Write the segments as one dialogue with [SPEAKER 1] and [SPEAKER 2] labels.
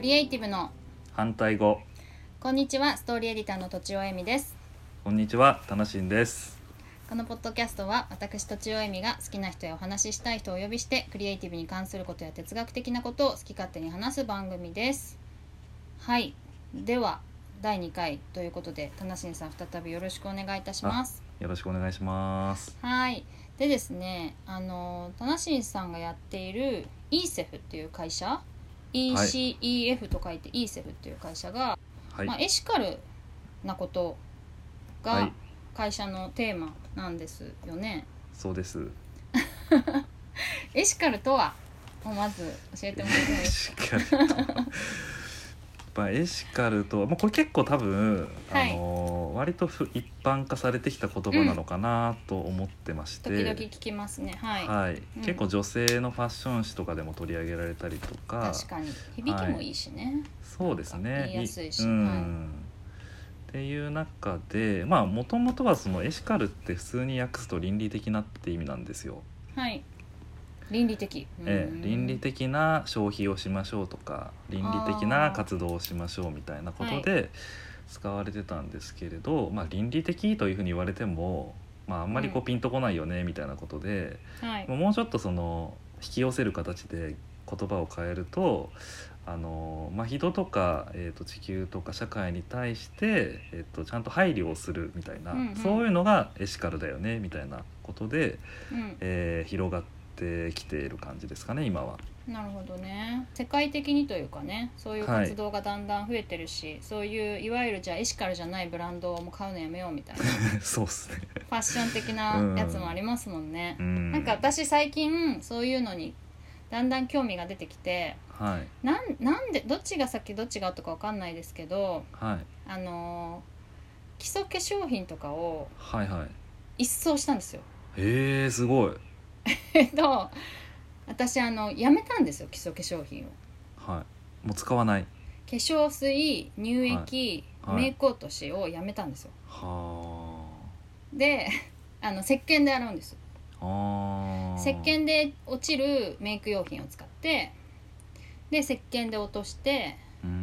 [SPEAKER 1] リエイティブの
[SPEAKER 2] 反対語
[SPEAKER 1] こんにちはストーリーエディターのとちおえみです
[SPEAKER 2] こんにちは楽しんです
[SPEAKER 1] このポッドキャストは私とちおえみが好きな人やお話ししたい人をお呼びしてクリエイティブに関することや哲学的なことを好き勝手に話す番組ですはいでは第2回ということでたなしんさん再びよろしくお願いいたします
[SPEAKER 2] よろしくお願いします
[SPEAKER 1] はいでですねあのたなしんさんがやっている ECEF っていう会社 ECEF と書いて ECEF っていう会社が、
[SPEAKER 2] はい、
[SPEAKER 1] まあ、エシカルなこと
[SPEAKER 2] は
[SPEAKER 1] が
[SPEAKER 2] い
[SPEAKER 1] 会社のテーマなんですよね、
[SPEAKER 2] そうです
[SPEAKER 1] エシカルとはをまず教えてもらいたい
[SPEAKER 2] エ
[SPEAKER 1] です
[SPEAKER 2] シカルとまあエシカルと、まあ、これ結構多分、
[SPEAKER 1] はい
[SPEAKER 2] あのー割とふ一般化されてきた言葉なのかなと思ってまして、
[SPEAKER 1] 時々聞きますねはい、
[SPEAKER 2] はい
[SPEAKER 1] うん
[SPEAKER 2] 結構女性のファッション誌とかでも取り上げられたりとか
[SPEAKER 1] 確かに響きもいいしね、
[SPEAKER 2] そうですね。
[SPEAKER 1] 言いやすいし
[SPEAKER 2] うん
[SPEAKER 1] はい
[SPEAKER 2] っていう中でまあもともとはそのエシカルって普通に訳すと倫理的なって意味なんですよ。
[SPEAKER 1] はい倫理的、
[SPEAKER 2] え
[SPEAKER 1] うん
[SPEAKER 2] え、倫理的な消費をしましょうとか倫理的
[SPEAKER 1] あ
[SPEAKER 2] な
[SPEAKER 1] ー
[SPEAKER 2] 活動をしましょうみたいなことで使われてたんですけれど、まあ、倫理的というふうに言われても、まあ、あんまりこ
[SPEAKER 1] う
[SPEAKER 2] うピンとこないよねみたいなことで、
[SPEAKER 1] はい
[SPEAKER 2] もうちょっとその引き寄せる形で言葉を変えるとあの、まあ、人とか、えー、と地球とか社会に対して、えー、とちゃんと配慮をするみたいな、
[SPEAKER 1] うんうん
[SPEAKER 2] そういうのがエシカルだよねみたいなことで、
[SPEAKER 1] うん
[SPEAKER 2] えー広がってきている感じですかね今は。
[SPEAKER 1] なるほどね世界的にというかねそういう活動がだんだん増えてるし、そういういわゆるじゃあエシカルじゃないブランドをもう買うのやめようみたい なフ
[SPEAKER 2] そうっすね、
[SPEAKER 1] ァッション的なやつもありますもんね、
[SPEAKER 2] うん、
[SPEAKER 1] なんか私最近そういうのにだんだん興味が出てきて
[SPEAKER 2] はい
[SPEAKER 1] なんなんでどっちが先どっちが後かわかんないですけど
[SPEAKER 2] はい
[SPEAKER 1] あのー基礎化粧品とかを
[SPEAKER 2] はいはい
[SPEAKER 1] 一掃したんですよ。
[SPEAKER 2] えー、すごい
[SPEAKER 1] えっと私あのやめたんですよ基礎化粧品を。
[SPEAKER 2] はいもう使わない
[SPEAKER 1] 化粧水乳液、
[SPEAKER 2] はいはい
[SPEAKER 1] メイク落としをやめたんですよ。
[SPEAKER 2] は
[SPEAKER 1] で あの石鹸で洗うんです。
[SPEAKER 2] ああー
[SPEAKER 1] 石鹸で落ちるメイク用品を使ってで石鹸で落として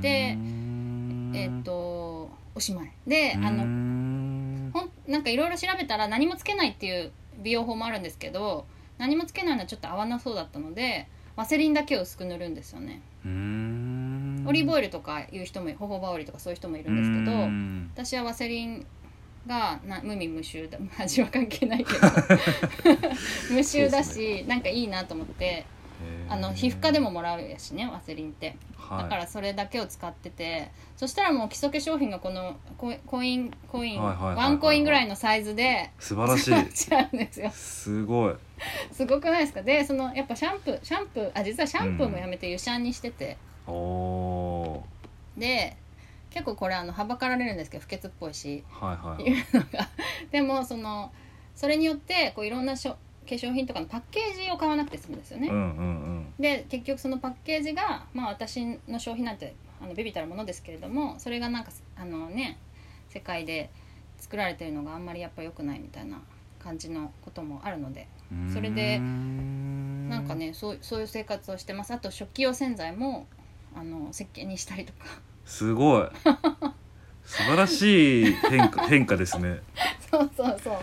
[SPEAKER 1] で
[SPEAKER 2] うーん
[SPEAKER 1] えっ、とおしまいであ
[SPEAKER 2] うー
[SPEAKER 1] の
[SPEAKER 2] ん
[SPEAKER 1] ほんなんかいろいろ調べたら何もつけないっていう美容法もあるんですけど何もつけないのはちょっと合わなそうだったのでワセリンだけを薄く塗るんですよね、
[SPEAKER 2] うーん
[SPEAKER 1] オリーブ
[SPEAKER 2] イ
[SPEAKER 1] オイルとかいう人もホホバオイルとかそういう人もいるんですけど私はワセリンがな無味無臭だ味は関係ない けど無臭だ
[SPEAKER 2] そう
[SPEAKER 1] し、なんかいいなと思ってあの皮膚科でももらうやしねワセリンって。だ
[SPEAKER 2] だ
[SPEAKER 1] からそれだけを使っててそしたらもう基礎化粧品がこのコイコインコイン
[SPEAKER 2] はいはいはいはいはい
[SPEAKER 1] ワンコインぐらいのサイズで
[SPEAKER 2] 素晴らし
[SPEAKER 1] なっ
[SPEAKER 2] い
[SPEAKER 1] ちゃうんですよ
[SPEAKER 2] すごい
[SPEAKER 1] すごくないですかでそのやっぱシャンプーシャンプーあ実はシャンプーもやめて湯シャンにしてて、
[SPEAKER 2] おお
[SPEAKER 1] で結構これあのはばかられるんですけど不潔っぽいし
[SPEAKER 2] ーはい
[SPEAKER 1] い
[SPEAKER 2] はいう
[SPEAKER 1] のがでもそのそれによってこういろんなしょ化粧品とかのパッケージを買わなくて済むんですよね、
[SPEAKER 2] うんうん
[SPEAKER 1] で結局そのパッケージが、まあ、私の消費なんてあのビビたるものですけれどもそれがなんかあのね世界で作られてるのがあんまりやっぱ良くないみたいな感じのこともあるので
[SPEAKER 2] うん
[SPEAKER 1] それで
[SPEAKER 2] うーん
[SPEAKER 1] なんかねそうそういう生活をしてますあと食器用洗剤もあの石鹸にしたりとか
[SPEAKER 2] すごい 素晴らしい変化変化ですね
[SPEAKER 1] そうそうそう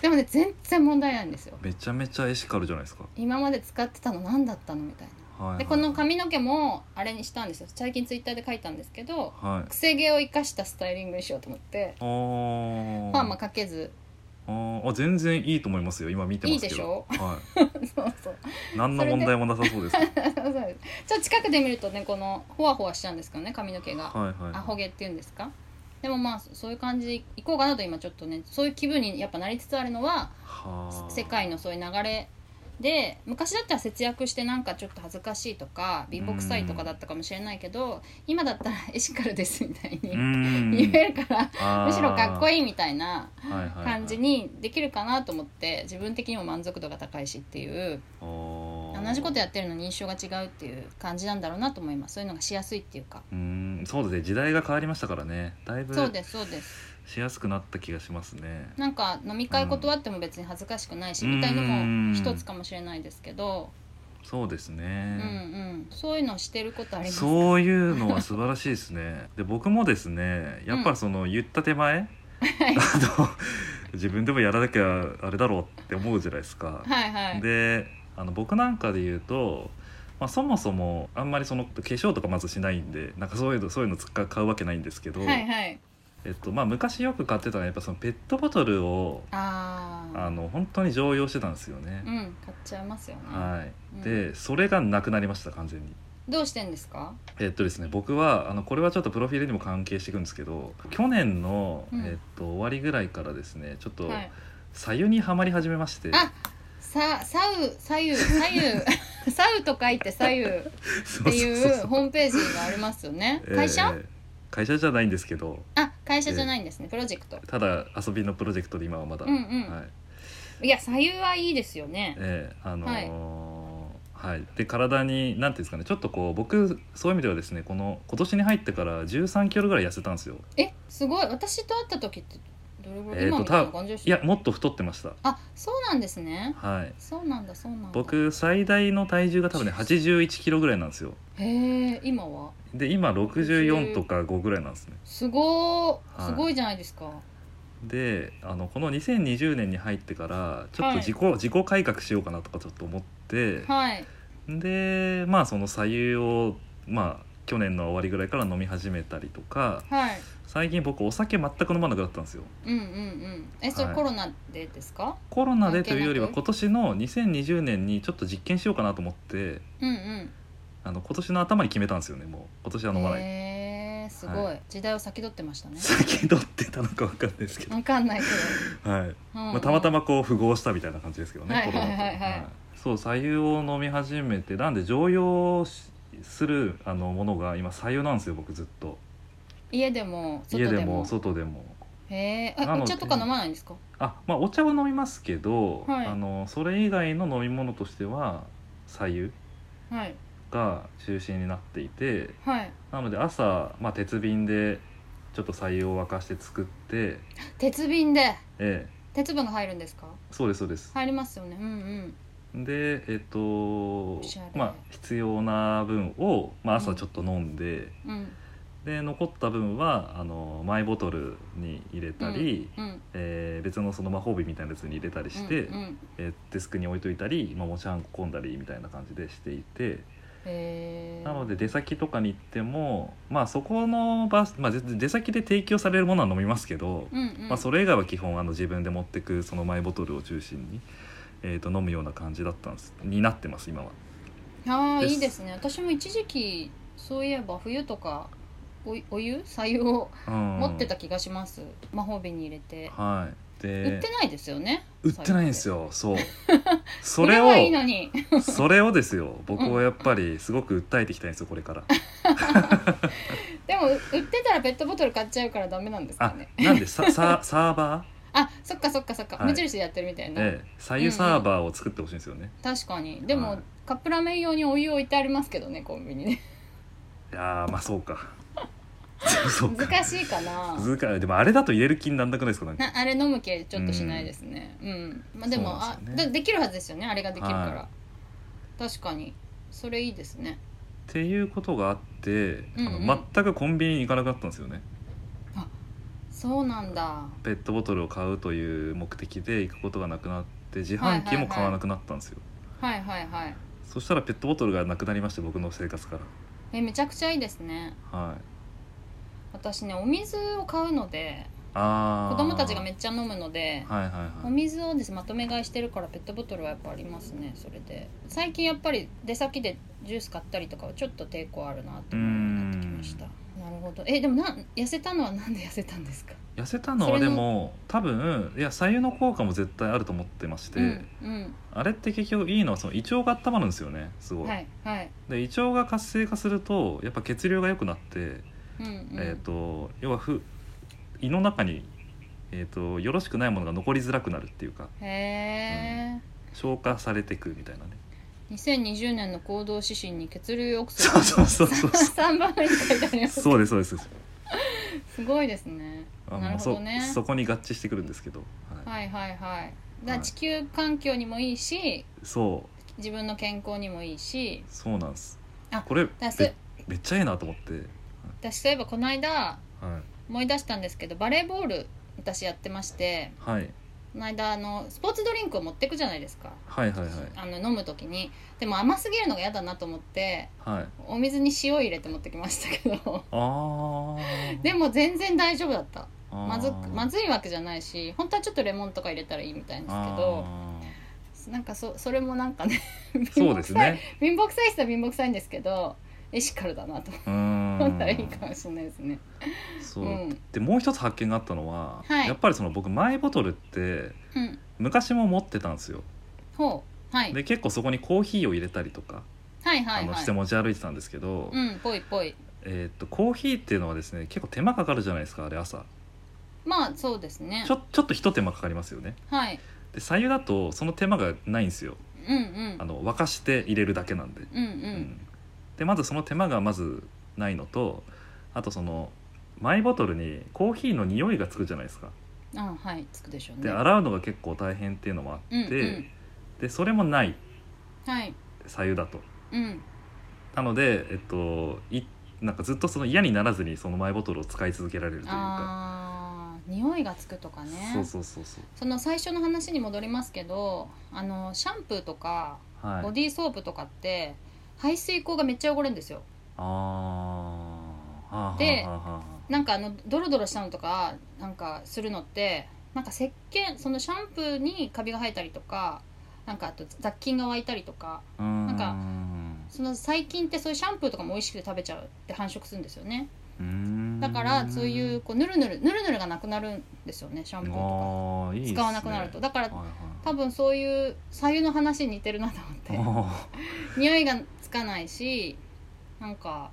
[SPEAKER 1] でもね全然問題ないんですよ
[SPEAKER 2] めちゃめちゃエシカルじゃないですか
[SPEAKER 1] 今まで使ってたの何だったのみたいな
[SPEAKER 2] はいはい
[SPEAKER 1] でこの髪の毛もあれにしたんですよ最近ツイッターで書いたんですけど
[SPEAKER 2] はい
[SPEAKER 1] 癖毛を生かしたスタイリングにしようと思って
[SPEAKER 2] あー
[SPEAKER 1] パーマかけず
[SPEAKER 2] あーあ全然いいと思いますよ今見てます
[SPEAKER 1] い
[SPEAKER 2] けど
[SPEAKER 1] いでしょ
[SPEAKER 2] は
[SPEAKER 1] そう そう
[SPEAKER 2] い、何の問題もなさそうですはい
[SPEAKER 1] そうですちょっと近くで見るとねこのほわほわしちゃうんですけどね髪の毛が
[SPEAKER 2] はいはい
[SPEAKER 1] アホ毛っていうんですかでもまあそそういう感じでいこうかなと今ちょっとねそういう気分にやっぱなりつつあるのは
[SPEAKER 2] はあ
[SPEAKER 1] 世界のそういう流れで昔だったら節約してなんかちょっと恥ずかしいとか貧乏くさいとかだったかもしれないけど今だったら エシカルですみたいに言
[SPEAKER 2] 言
[SPEAKER 1] えるからむしろかっこ
[SPEAKER 2] い
[SPEAKER 1] いいみたいな感
[SPEAKER 2] 感
[SPEAKER 1] じにできるかなと思って自分的にも満足度が高いしっていう同
[SPEAKER 2] 同
[SPEAKER 1] じことや
[SPEAKER 2] っ
[SPEAKER 1] ってるのに印象が違うっていう感じなんだろうなと思いますそういうのがしやすいっていうか
[SPEAKER 2] うんそうですね時代が変わりましたからねだいぶ
[SPEAKER 1] そうですそうです
[SPEAKER 2] しやすくなった気がしますね
[SPEAKER 1] なんか飲み会断っても別に恥ずかしくないしみたいのも一つかもしれないですけど
[SPEAKER 2] そうです
[SPEAKER 1] うんう
[SPEAKER 2] ね、
[SPEAKER 1] ん、そういうのしてることありますか
[SPEAKER 2] そういうのは素晴らしいです ねで僕もですねやっぱその言った手前、 あの自分でもやらなきゃあれだろうって思うじゃないですか、
[SPEAKER 1] はいはい
[SPEAKER 2] であの僕なんかで言うと、まあ、そもそもあんまりその化粧とかまずしないんでなんかそういうのそういうの使う買うわけないんですけど、
[SPEAKER 1] はいはい
[SPEAKER 2] えっとまあ、昔よく買ってたのはやっぱそのペットボトルを
[SPEAKER 1] ああ
[SPEAKER 2] あの本当に常用してたんですよね
[SPEAKER 1] う。ん買っちゃいますよね、
[SPEAKER 2] はい、
[SPEAKER 1] うん
[SPEAKER 2] でそれがなくなりました完全に。
[SPEAKER 1] どうしてんですか
[SPEAKER 2] えっとですね僕はあのこれはちょっとプロフィールにも関係していくんですけど去年の、
[SPEAKER 1] うん
[SPEAKER 2] えっと、終わりぐらいからですねちょっと
[SPEAKER 1] はい
[SPEAKER 2] 左右にはまり始めまして、
[SPEAKER 1] あさサウ左右左右サウと書いて左右っ
[SPEAKER 2] そ
[SPEAKER 1] て
[SPEAKER 2] うそう
[SPEAKER 1] い
[SPEAKER 2] そう
[SPEAKER 1] うホームページがありますよね
[SPEAKER 2] えー
[SPEAKER 1] 会社、
[SPEAKER 2] 会社じゃないんですけど
[SPEAKER 1] あ会社じゃないんですねプロジェクト
[SPEAKER 2] ただ遊びのプロジェクトで今はまだ、
[SPEAKER 1] うんうん
[SPEAKER 2] はい
[SPEAKER 1] いや左右はいいですよね
[SPEAKER 2] えーあのーはい、で体に何ていうんですかねちょっとこう僕そういう意味ではですねこの今年に入ってから1 3キロぐらい痩せたんですよ
[SPEAKER 1] えすごい私と会った時ってどれぐらい、
[SPEAKER 2] えーと
[SPEAKER 1] 今みたいな感じでし
[SPEAKER 2] い
[SPEAKER 1] た
[SPEAKER 2] やもっと太ってました
[SPEAKER 1] あそうなんですね
[SPEAKER 2] はい
[SPEAKER 1] そうなんだそうなんだ
[SPEAKER 2] 僕最大の体重 が多分ね8 1キロぐらいなんですよ
[SPEAKER 1] へえ今は
[SPEAKER 2] で今64とか5ぐらいなんですね
[SPEAKER 1] すご
[SPEAKER 2] は
[SPEAKER 1] ー
[SPEAKER 2] い
[SPEAKER 1] すごいじゃないですか、
[SPEAKER 2] であのこの2020年に入ってからちょっと自己,、自己改革しようかなとかちょっと思って
[SPEAKER 1] はい
[SPEAKER 2] でまあその左右をまあ去年の終わりぐらいから飲み始めたりとか
[SPEAKER 1] はい
[SPEAKER 2] 最近僕お酒全く飲まなくなったんですよ
[SPEAKER 1] うんうんうんえそれ、
[SPEAKER 2] はい
[SPEAKER 1] コロナでですか
[SPEAKER 2] コロナでというよりは
[SPEAKER 1] 関
[SPEAKER 2] 今年の2020年にちょっと実験しようかなと思って
[SPEAKER 1] うんうん
[SPEAKER 2] あの今年の頭に決めたんですよねもう今年は飲まない、
[SPEAKER 1] へえすごい、
[SPEAKER 2] は
[SPEAKER 1] 時代を先取ってましたね
[SPEAKER 2] 酒取ってたのか分かんないですけ ど、
[SPEAKER 1] わかんないけ
[SPEAKER 2] はい
[SPEAKER 1] ど、うん
[SPEAKER 2] まあ、たまたまこう符合したみたいな感じですけどね、
[SPEAKER 1] はい
[SPEAKER 2] コロナと
[SPEAKER 1] はいはいはい
[SPEAKER 2] そう左右を飲み始めてなんで常用しするあのものが今左右なんですよ僕ずっと
[SPEAKER 1] 家でも外
[SPEAKER 2] 家
[SPEAKER 1] で
[SPEAKER 2] で
[SPEAKER 1] も
[SPEAKER 2] も外でも
[SPEAKER 1] へえあ
[SPEAKER 2] な
[SPEAKER 1] お
[SPEAKER 2] ので
[SPEAKER 1] 茶とか飲まないんですか
[SPEAKER 2] あまあお茶は飲みますけど、
[SPEAKER 1] はい
[SPEAKER 2] あのそれ以外の飲み物としては左右
[SPEAKER 1] はい
[SPEAKER 2] が中心になっていて
[SPEAKER 1] はい
[SPEAKER 2] なので朝、まあ、鉄瓶でちょっと白湯を沸かして作って、
[SPEAKER 1] 鉄瓶で
[SPEAKER 2] ええ、
[SPEAKER 1] 鉄分が入るんですか
[SPEAKER 2] そうですそうです、
[SPEAKER 1] 入りますよねうんうん
[SPEAKER 2] でえっと
[SPEAKER 1] おしゃれ
[SPEAKER 2] まあ必要な分を、まあ、
[SPEAKER 1] う
[SPEAKER 2] 朝
[SPEAKER 1] ん
[SPEAKER 2] ちょっと飲んで、
[SPEAKER 1] うん
[SPEAKER 2] で残った分はあのマイボトルに入れたり、
[SPEAKER 1] うん
[SPEAKER 2] えー別のその魔法瓶みたいなやつに入れたりして、
[SPEAKER 1] うんうん、
[SPEAKER 2] えーデスクに置いといたり、まあ、持ち運んだりみたいな感じでしていて。
[SPEAKER 1] へえ
[SPEAKER 2] なので出先とかに行ってもまあそこのバス、まあ、出出先で提供されるものは飲みますけど、
[SPEAKER 1] うんうん
[SPEAKER 2] まあ、それ以外は基本あの自分で持ってくそのマイボトルを中心に、えー、と飲むような感じだったんですになってます今は。
[SPEAKER 1] ああ
[SPEAKER 2] です
[SPEAKER 1] いいですね私も一時期そういえば冬とかおお湯左右を
[SPEAKER 2] うん
[SPEAKER 1] 持ってた気がします、魔法瓶に入れて、
[SPEAKER 2] はい
[SPEAKER 1] 売っ
[SPEAKER 2] で
[SPEAKER 1] てないですよね
[SPEAKER 2] 売ってないんです
[SPEAKER 1] よ
[SPEAKER 2] よ そう
[SPEAKER 1] そ
[SPEAKER 2] そ
[SPEAKER 1] れ
[SPEAKER 2] れ
[SPEAKER 1] はいい
[SPEAKER 2] を
[SPEAKER 1] のに
[SPEAKER 2] それをですよ僕はやっぱりすごく訴えていきたいんですよこれから。
[SPEAKER 1] でもう売ってたらペットボトル買っちゃうからダメなんですか
[SPEAKER 2] あ
[SPEAKER 1] ね
[SPEAKER 2] なんでさ さサーバ
[SPEAKER 1] あそっかそっかそっか、
[SPEAKER 2] はい
[SPEAKER 1] 無印でやってるみたい
[SPEAKER 2] ー、
[SPEAKER 1] な、
[SPEAKER 2] ええ、左右サーバーを作ってほしいんですよね。
[SPEAKER 1] 確かにでも、
[SPEAKER 2] はい
[SPEAKER 1] カップラーメン用にお湯置いてありますけどねコンビニで
[SPEAKER 2] いやーまあそ うかそうか
[SPEAKER 1] 難しいかな
[SPEAKER 2] 難しいでもあれだと入れる気になんなくないですかなんか
[SPEAKER 1] なあれ飲む気ちょっとしないですねうん、まあでも
[SPEAKER 2] そうな
[SPEAKER 1] あ
[SPEAKER 2] んですよね
[SPEAKER 1] でできるはずですよねあれができるから、
[SPEAKER 2] は
[SPEAKER 1] 確かにそれいいですね
[SPEAKER 2] っていうことがあって、あの
[SPEAKER 1] うんうん
[SPEAKER 2] 全くコンビニに行かなくなったんですよね
[SPEAKER 1] そうなんだ
[SPEAKER 2] ペットボトルを買うという目的で行くことがなくなって自販機も買わなくなったんですよ、
[SPEAKER 1] はいはいはい
[SPEAKER 2] そしたらペットボトルがなくなりまして僕の生活か
[SPEAKER 1] えめちゃくちゃいいですね
[SPEAKER 2] らはい
[SPEAKER 1] 私ねお水を買うので
[SPEAKER 2] あー
[SPEAKER 1] 子供たちがめっちゃ飲むので
[SPEAKER 2] はいはい
[SPEAKER 1] お
[SPEAKER 2] はい
[SPEAKER 1] 水をですねまとめ買いしてるからペットボトルはやっぱありますねそれで最近やっぱり出先でジュース買ったりとかはちょっと抵抗あるなって思うようになってきましたなるほどえでもなん痩せたのはなんで痩せたんですか
[SPEAKER 2] 痩せたのは
[SPEAKER 1] それ
[SPEAKER 2] で
[SPEAKER 1] の
[SPEAKER 2] も多分いや左右の効果も絶対あると思ってまして、
[SPEAKER 1] うんうん
[SPEAKER 2] あれって結局いいのはその胃腸が温まるんですよねすごい、
[SPEAKER 1] はいはい
[SPEAKER 2] で胃腸が活性化するとやっぱ血流が良くなって、
[SPEAKER 1] うんうん
[SPEAKER 2] えー、と要はふ胃の中に、えー、とよろしくないものが残りづらくなるっていうか
[SPEAKER 1] へえ、
[SPEAKER 2] 消化されてくみたい なね
[SPEAKER 1] 2020年の行動指針に血流抑制
[SPEAKER 2] そうそうそ うそう
[SPEAKER 1] 3番目に書いてあります
[SPEAKER 2] そうですそうですそうです
[SPEAKER 1] すごいですねな
[SPEAKER 2] あも
[SPEAKER 1] るほ
[SPEAKER 2] うそ
[SPEAKER 1] どね
[SPEAKER 2] そこに合致してくるんですけど、はい
[SPEAKER 1] はいはいはいだから
[SPEAKER 2] はい
[SPEAKER 1] 地球環境にもいいし
[SPEAKER 2] そ
[SPEAKER 1] 自分の健康にもいいし
[SPEAKER 2] そうなんです
[SPEAKER 1] あ
[SPEAKER 2] これ
[SPEAKER 1] だす
[SPEAKER 2] めめっちゃええなと思って、
[SPEAKER 1] 私そういえばこの間
[SPEAKER 2] はい、
[SPEAKER 1] 思い出したんですけどバレーボール私やってまして
[SPEAKER 2] はい
[SPEAKER 1] この間あのスポーツドリンクを持ってくじゃないですか
[SPEAKER 2] はいはいはい
[SPEAKER 1] あの飲む時にでも甘すぎるのが嫌だなと思って
[SPEAKER 2] はい
[SPEAKER 1] お水に塩入れて持ってきましたけど
[SPEAKER 2] あー
[SPEAKER 1] でも全然大丈夫だった
[SPEAKER 2] あー
[SPEAKER 1] まずくまずいわけじゃないし本当はちょっとレモンとか入れたらいいみたいなんですけど
[SPEAKER 2] あ
[SPEAKER 1] なんかそそれもなんかね貧
[SPEAKER 2] ーそう
[SPEAKER 1] 乏
[SPEAKER 2] で
[SPEAKER 1] く
[SPEAKER 2] す
[SPEAKER 1] さい、
[SPEAKER 2] ね
[SPEAKER 1] 貧乏くさい人は貧乏くさいんですけどエシカルだなと
[SPEAKER 2] うーん
[SPEAKER 1] 思ったらいいかもしれないですね。
[SPEAKER 2] そう、
[SPEAKER 1] うん
[SPEAKER 2] でもう一つ発見があったのは、
[SPEAKER 1] はい
[SPEAKER 2] やっぱりその僕マイボトルって
[SPEAKER 1] うん、
[SPEAKER 2] 昔も持ってたんですよ
[SPEAKER 1] ほう、はい、
[SPEAKER 2] で結構そこにコーヒーを入れたりとか、
[SPEAKER 1] はいはい
[SPEAKER 2] あの
[SPEAKER 1] は
[SPEAKER 2] し
[SPEAKER 1] い
[SPEAKER 2] て。持ち歩いてたんですけど、
[SPEAKER 1] うん、ぽいぽい。
[SPEAKER 2] えーっとコーヒーっていうのはですね結構手間かかるじゃないですかあれ朝
[SPEAKER 1] まあそうですね
[SPEAKER 2] ち。ょちょっとひと手間かかりますよね
[SPEAKER 1] はい。
[SPEAKER 2] で左右だとその手間がないんですよ
[SPEAKER 1] うんうん
[SPEAKER 2] あ。の沸かして入れるだけなんで、
[SPEAKER 1] うんう。
[SPEAKER 2] うんでまずその手間がまずないのとあとそのマイボトルにコーヒーの匂いがつくじゃないですか
[SPEAKER 1] あはい、つくでしょうね。
[SPEAKER 2] で洗うのが結構大変っていうのもあって、
[SPEAKER 1] うんうん。
[SPEAKER 2] でそれもない
[SPEAKER 1] はい。
[SPEAKER 2] 左右だと
[SPEAKER 1] うん。
[SPEAKER 2] なのでえっといなんかずっとその嫌にならずにそのマイボトルを使い続けられるというか、
[SPEAKER 1] ああ、匂いがつくとかね。
[SPEAKER 2] そうそうそうそう
[SPEAKER 1] その最初の話に戻りますけど、あのシャンプーとか
[SPEAKER 2] はい
[SPEAKER 1] ボディーソープとかって排水口がめっちゃ汚れるんですよ。
[SPEAKER 2] あーはあはあ
[SPEAKER 1] で
[SPEAKER 2] はあは
[SPEAKER 1] なんかあのドロドロしたのとかなんかするのってなんか石鹸そのシャンプーにカビが生えたりとかなんかあと雑菌が湧いたりとか
[SPEAKER 2] あうーん
[SPEAKER 1] なんか
[SPEAKER 2] う
[SPEAKER 1] その細菌ってそういうシャンプーとかも美味しくて食べちゃうって繁殖するんですよね
[SPEAKER 2] ーん
[SPEAKER 1] だからそういうこうぬるぬるぬるぬるがなくなるんですよねシャンプーと
[SPEAKER 2] あーいいっ
[SPEAKER 1] か
[SPEAKER 2] すね
[SPEAKER 1] 使わなくなるとだから
[SPEAKER 2] はいはい
[SPEAKER 1] 多分そういう左右の話に似てるなと思っ
[SPEAKER 2] あ
[SPEAKER 1] て匂いがつかないしなんか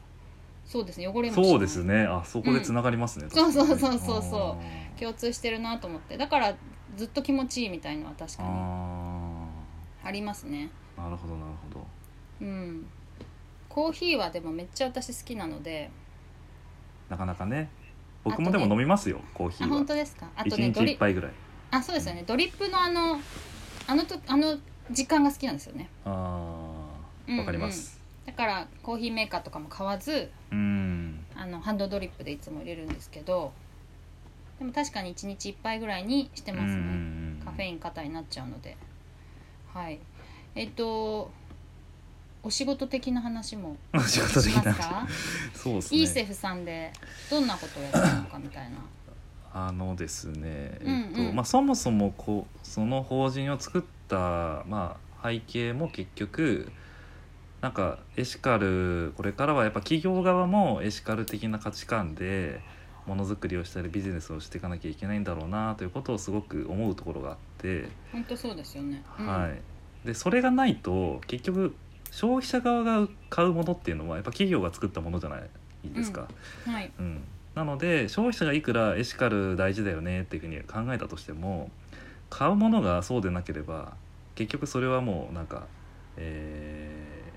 [SPEAKER 1] そうですね汚れ
[SPEAKER 2] ー
[SPEAKER 1] もしない
[SPEAKER 2] そうですねあそこでつながりますね、確かに
[SPEAKER 1] そうそうそうそうそう
[SPEAKER 2] あー
[SPEAKER 1] 共通してるなと思ってだからずっと気持ちいいみたいのは確かに
[SPEAKER 2] あ
[SPEAKER 1] ありますね
[SPEAKER 2] ーなるほどなるほど
[SPEAKER 1] うんコーヒーはでもめっちゃ私好きなので
[SPEAKER 2] なかなかね
[SPEAKER 1] あ
[SPEAKER 2] 僕
[SPEAKER 1] と
[SPEAKER 2] も
[SPEAKER 1] ね
[SPEAKER 2] でも飲みますよ、コーヒ
[SPEAKER 1] あ
[SPEAKER 2] ーは
[SPEAKER 1] 本当ですかあと
[SPEAKER 2] 一
[SPEAKER 1] ね
[SPEAKER 2] 日
[SPEAKER 1] ド
[SPEAKER 2] 一
[SPEAKER 1] リ
[SPEAKER 2] 杯ぐらい
[SPEAKER 1] あそうですよねドリップのあのあのとあの時間が好きなんですよね
[SPEAKER 2] あ
[SPEAKER 1] うんう
[SPEAKER 2] ー
[SPEAKER 1] ん
[SPEAKER 2] わかります
[SPEAKER 1] だからコーヒーメーカーとかも買わず
[SPEAKER 2] うん
[SPEAKER 1] あのハンドドリップでいつも入れるんですけどでも確かに1日1杯ぐらいにしてます
[SPEAKER 2] うんう
[SPEAKER 1] ね
[SPEAKER 2] ん
[SPEAKER 1] カフェイン過多になっちゃうのではいえっとお仕事的な話も
[SPEAKER 2] お仕事
[SPEAKER 1] し
[SPEAKER 2] 的
[SPEAKER 1] ます
[SPEAKER 2] な
[SPEAKER 1] か、
[SPEAKER 2] そうですね
[SPEAKER 1] イーセフさんでどんなことをやってるのかみたいな
[SPEAKER 2] あのですね、
[SPEAKER 1] うん
[SPEAKER 2] えっと
[SPEAKER 1] うん
[SPEAKER 2] まあ、そもそもこうその法人を作った、まあ、背景も結局なんかエシカルこれからはやっぱ企業側もエシカル的な価値観でものづくりをしたりビジネスをしていかなきゃいけないんだろうなということをすごく思うところがあって、
[SPEAKER 1] 本当そうですよね、うん
[SPEAKER 2] はい、でそれがないと結局消費者側が買うものっていうのはやっぱ企業が作ったものじゃないですか。
[SPEAKER 1] はい
[SPEAKER 2] うん、なので消費者がいくらエシカル大事だよねっていうふうに考えたとしても買うものがそうでなければ結局それはもうなんか、え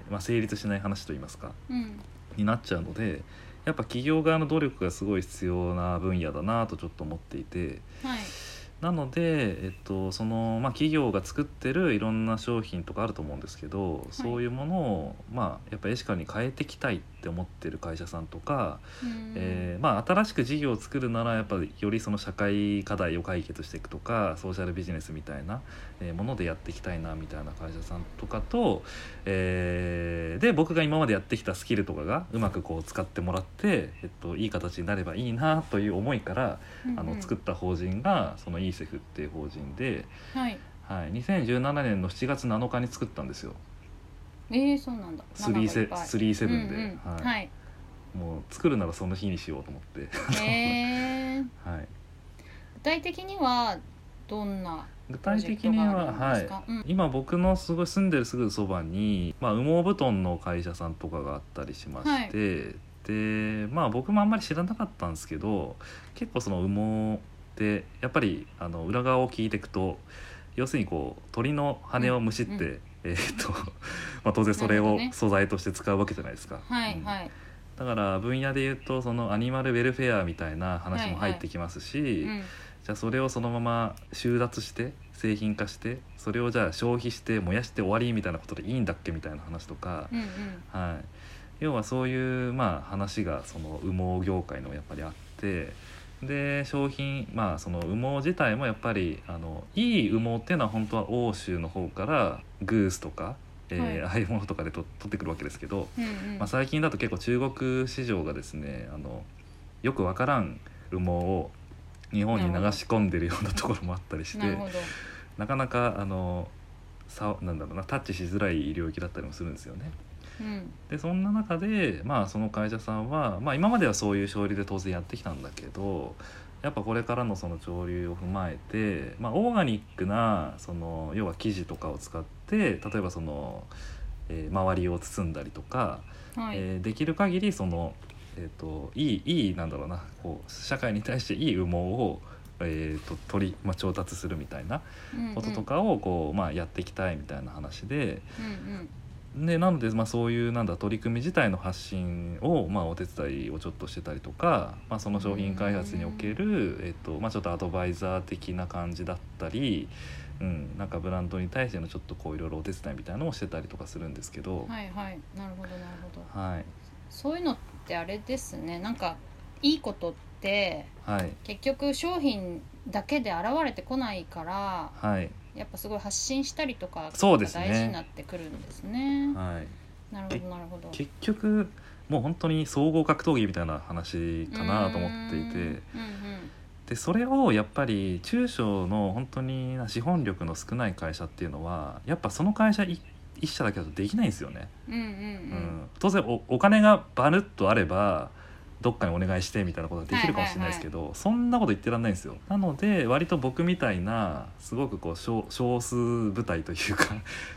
[SPEAKER 2] ーまあ、成立しない話といいますか
[SPEAKER 1] うん
[SPEAKER 2] になっちゃうのでやっぱ企業側の努力がすごい必要な分野だなとちょっと思っていて
[SPEAKER 1] はい
[SPEAKER 2] なので、えっとそのまあ、企業が作ってるいろんな商品とかあると思うんですけど、そういうものを、まあ、やっぱエシカルに変えていきたいって思ってる会社さんとか、
[SPEAKER 1] うん
[SPEAKER 2] えーまあ、新しく事業を作るならやっぱりよりその社会課題を解決していくとかソーシャルビジネスみたいな、えーものでやっていきたいなみたいな会社さんとかと、えーで僕が今までやってきたスキルとかがうまくこう使ってもらって、えっと、いい形になればいいなという思いから、あ
[SPEAKER 1] うんう
[SPEAKER 2] の
[SPEAKER 1] ん
[SPEAKER 2] 作った法人がその ESEF っていう法人で、
[SPEAKER 1] はい
[SPEAKER 2] はい、2017年の7月7日に作ったんですよ
[SPEAKER 1] えー、そうなんだ
[SPEAKER 2] 3リー
[SPEAKER 1] ママがい
[SPEAKER 2] セ
[SPEAKER 1] っぱい
[SPEAKER 2] 3セブンで、
[SPEAKER 1] うんうんは
[SPEAKER 2] はい
[SPEAKER 1] い、
[SPEAKER 2] もう作るならその日にしようと思って。
[SPEAKER 1] えー、
[SPEAKER 2] はい
[SPEAKER 1] 具体的にはどんな
[SPEAKER 2] 具
[SPEAKER 1] プロ
[SPEAKER 2] 体
[SPEAKER 1] ジェク
[SPEAKER 2] 的
[SPEAKER 1] ト
[SPEAKER 2] に
[SPEAKER 1] が
[SPEAKER 2] は、
[SPEAKER 1] あ
[SPEAKER 2] は
[SPEAKER 1] るんです
[SPEAKER 2] い、
[SPEAKER 1] か、うん
[SPEAKER 2] 今僕のすごい住んでるすぐそばに、まあ、羽毛布団の会社さんとかがあったりしまして、でまあ僕もあんまり知らなかったんですけど結構その羽毛ってやっぱりあの裏側を聞いていくと要するにこう鳥の羽をむしって、
[SPEAKER 1] うんう
[SPEAKER 2] えーっと まあ当然それ
[SPEAKER 1] なるほど
[SPEAKER 2] を
[SPEAKER 1] ね
[SPEAKER 2] 素材として使うわけじゃないですか。
[SPEAKER 1] はい
[SPEAKER 2] うん
[SPEAKER 1] はい
[SPEAKER 2] だだから分野で言うとそのアニマルウェルフェアみたいな話も入ってきますし、
[SPEAKER 1] うん
[SPEAKER 2] じゃあそれをそのまま収奪して製品化してそれをじゃあ消費して燃やして終わりみたいなことでいいんだっけみたいな話とか、
[SPEAKER 1] うん
[SPEAKER 2] はい、要はそういう、まあ、話がその羽毛業界のやっぱりあってで商品まあその羽毛自体もやっぱりあのいい羽毛っていうのは本当は欧州の方からグースとか、えー
[SPEAKER 1] はい
[SPEAKER 2] ああいうものとかでと取ってくるわけですけど、
[SPEAKER 1] うんうんうん
[SPEAKER 2] まあ、最近だと結構中国市場がですねあのよくわからん羽毛を日本に流し込んでるようなところもあったりして
[SPEAKER 1] なる
[SPEAKER 2] な
[SPEAKER 1] ほど
[SPEAKER 2] かなかあのさなんだろうなタッチしづらい領域だったりもするんですよね。
[SPEAKER 1] うん
[SPEAKER 2] でそんな中で、まあ、その会社さんは、まあ、今まではそういう省流で当然やってきたんだけどやっぱこれからのその潮流を踏まえて、まあ、オーガニックなその要は生地とかを使って例えばその、えー周りを包んだりとか、
[SPEAKER 1] はい、
[SPEAKER 2] えーできる限りその、えー、といいいいなんだろうなこう社会に対していい羽毛を、えー、と取り、まあ、調達するみたいな
[SPEAKER 1] うんうん
[SPEAKER 2] こととかをこう、まあ、やっていきたいみたいな話で。
[SPEAKER 1] うんうん
[SPEAKER 2] でなので、まあ、そういうなんだ取り組み自体の発信を、まあ、お手伝いをちょっとしてたりとか、まあ、その商品開発における、えっとまあ、ちょっとアドバイザー的な感じだったり、うん、なんかブランドに対してのちょっとこういろいろお手伝いみたいなのをしてたりとかするんですけど、
[SPEAKER 1] はいはいなるほどなるほど
[SPEAKER 2] はい
[SPEAKER 1] そういうのってあれですねなんかいいことって
[SPEAKER 2] はい
[SPEAKER 1] 結局商品だけで現れてこないから
[SPEAKER 2] はい
[SPEAKER 1] やっぱすごい発信したりとか
[SPEAKER 2] そうですね
[SPEAKER 1] 大事になってくるんですね。
[SPEAKER 2] はい、
[SPEAKER 1] なるほどなるほど。
[SPEAKER 2] 結局もう本当に総合格闘技みたいな話かなと思っていて。
[SPEAKER 1] うんうん
[SPEAKER 2] でそれをやっぱり中小の本当に資本力の少ない会社っていうのはやっぱその会社い一社だけだとできないんですよね、
[SPEAKER 1] うんうんうん
[SPEAKER 2] うん
[SPEAKER 1] うん
[SPEAKER 2] 当然おお金がバルッとあればどっかにお願いしてみたいなことはできるかもしれないですけど、そんなこと言ってらんないんですよなので割と僕みたいなすごくこう少少数部隊というか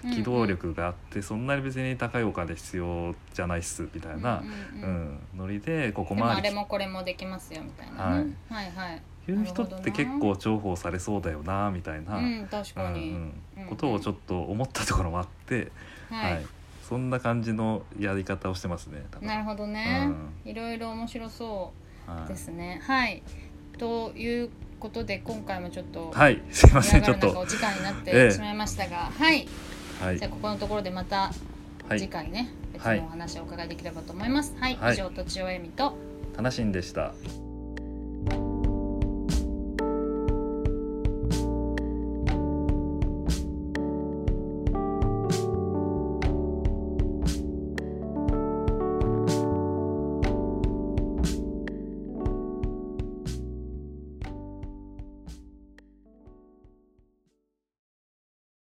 [SPEAKER 1] うん
[SPEAKER 2] 機動力があってそんなに別に高いお金必要じゃないっすみたいな、
[SPEAKER 1] うん
[SPEAKER 2] う
[SPEAKER 1] うんうん
[SPEAKER 2] ん、ノリでここ
[SPEAKER 1] でも
[SPEAKER 2] 回
[SPEAKER 1] あ
[SPEAKER 2] り
[SPEAKER 1] れ
[SPEAKER 2] き
[SPEAKER 1] もこれもできますよみたい
[SPEAKER 2] は
[SPEAKER 1] な、ねはい、はい
[SPEAKER 2] いう人って結構重宝されそうだよなみたいな、
[SPEAKER 1] うん確かに、
[SPEAKER 2] う
[SPEAKER 1] うん
[SPEAKER 2] ん
[SPEAKER 1] う
[SPEAKER 2] うんん、ことをちょっと思ったところもあって、
[SPEAKER 1] はい、
[SPEAKER 2] そんな感じのやり方をしてますね。だから
[SPEAKER 1] なるほどね、
[SPEAKER 2] う
[SPEAKER 1] いろいろ面白そ
[SPEAKER 2] は
[SPEAKER 1] う
[SPEAKER 2] い
[SPEAKER 1] ですねはいということで今回もちょっと、
[SPEAKER 2] はい、すいませ
[SPEAKER 1] 嫌
[SPEAKER 2] ん、
[SPEAKER 1] が
[SPEAKER 2] ちょっ
[SPEAKER 1] る中
[SPEAKER 2] と、
[SPEAKER 1] お時間になっ
[SPEAKER 2] え
[SPEAKER 1] て
[SPEAKER 2] え
[SPEAKER 1] しまいましたが、はい、
[SPEAKER 2] はい
[SPEAKER 1] じゃあ、ここのところでまた
[SPEAKER 2] は
[SPEAKER 1] 次
[SPEAKER 2] い、
[SPEAKER 1] 回ね、別
[SPEAKER 2] はい
[SPEAKER 1] のお話をお伺いできればと思います。はい、
[SPEAKER 2] はい
[SPEAKER 1] 以上とちおえみと
[SPEAKER 2] 楽しんでした。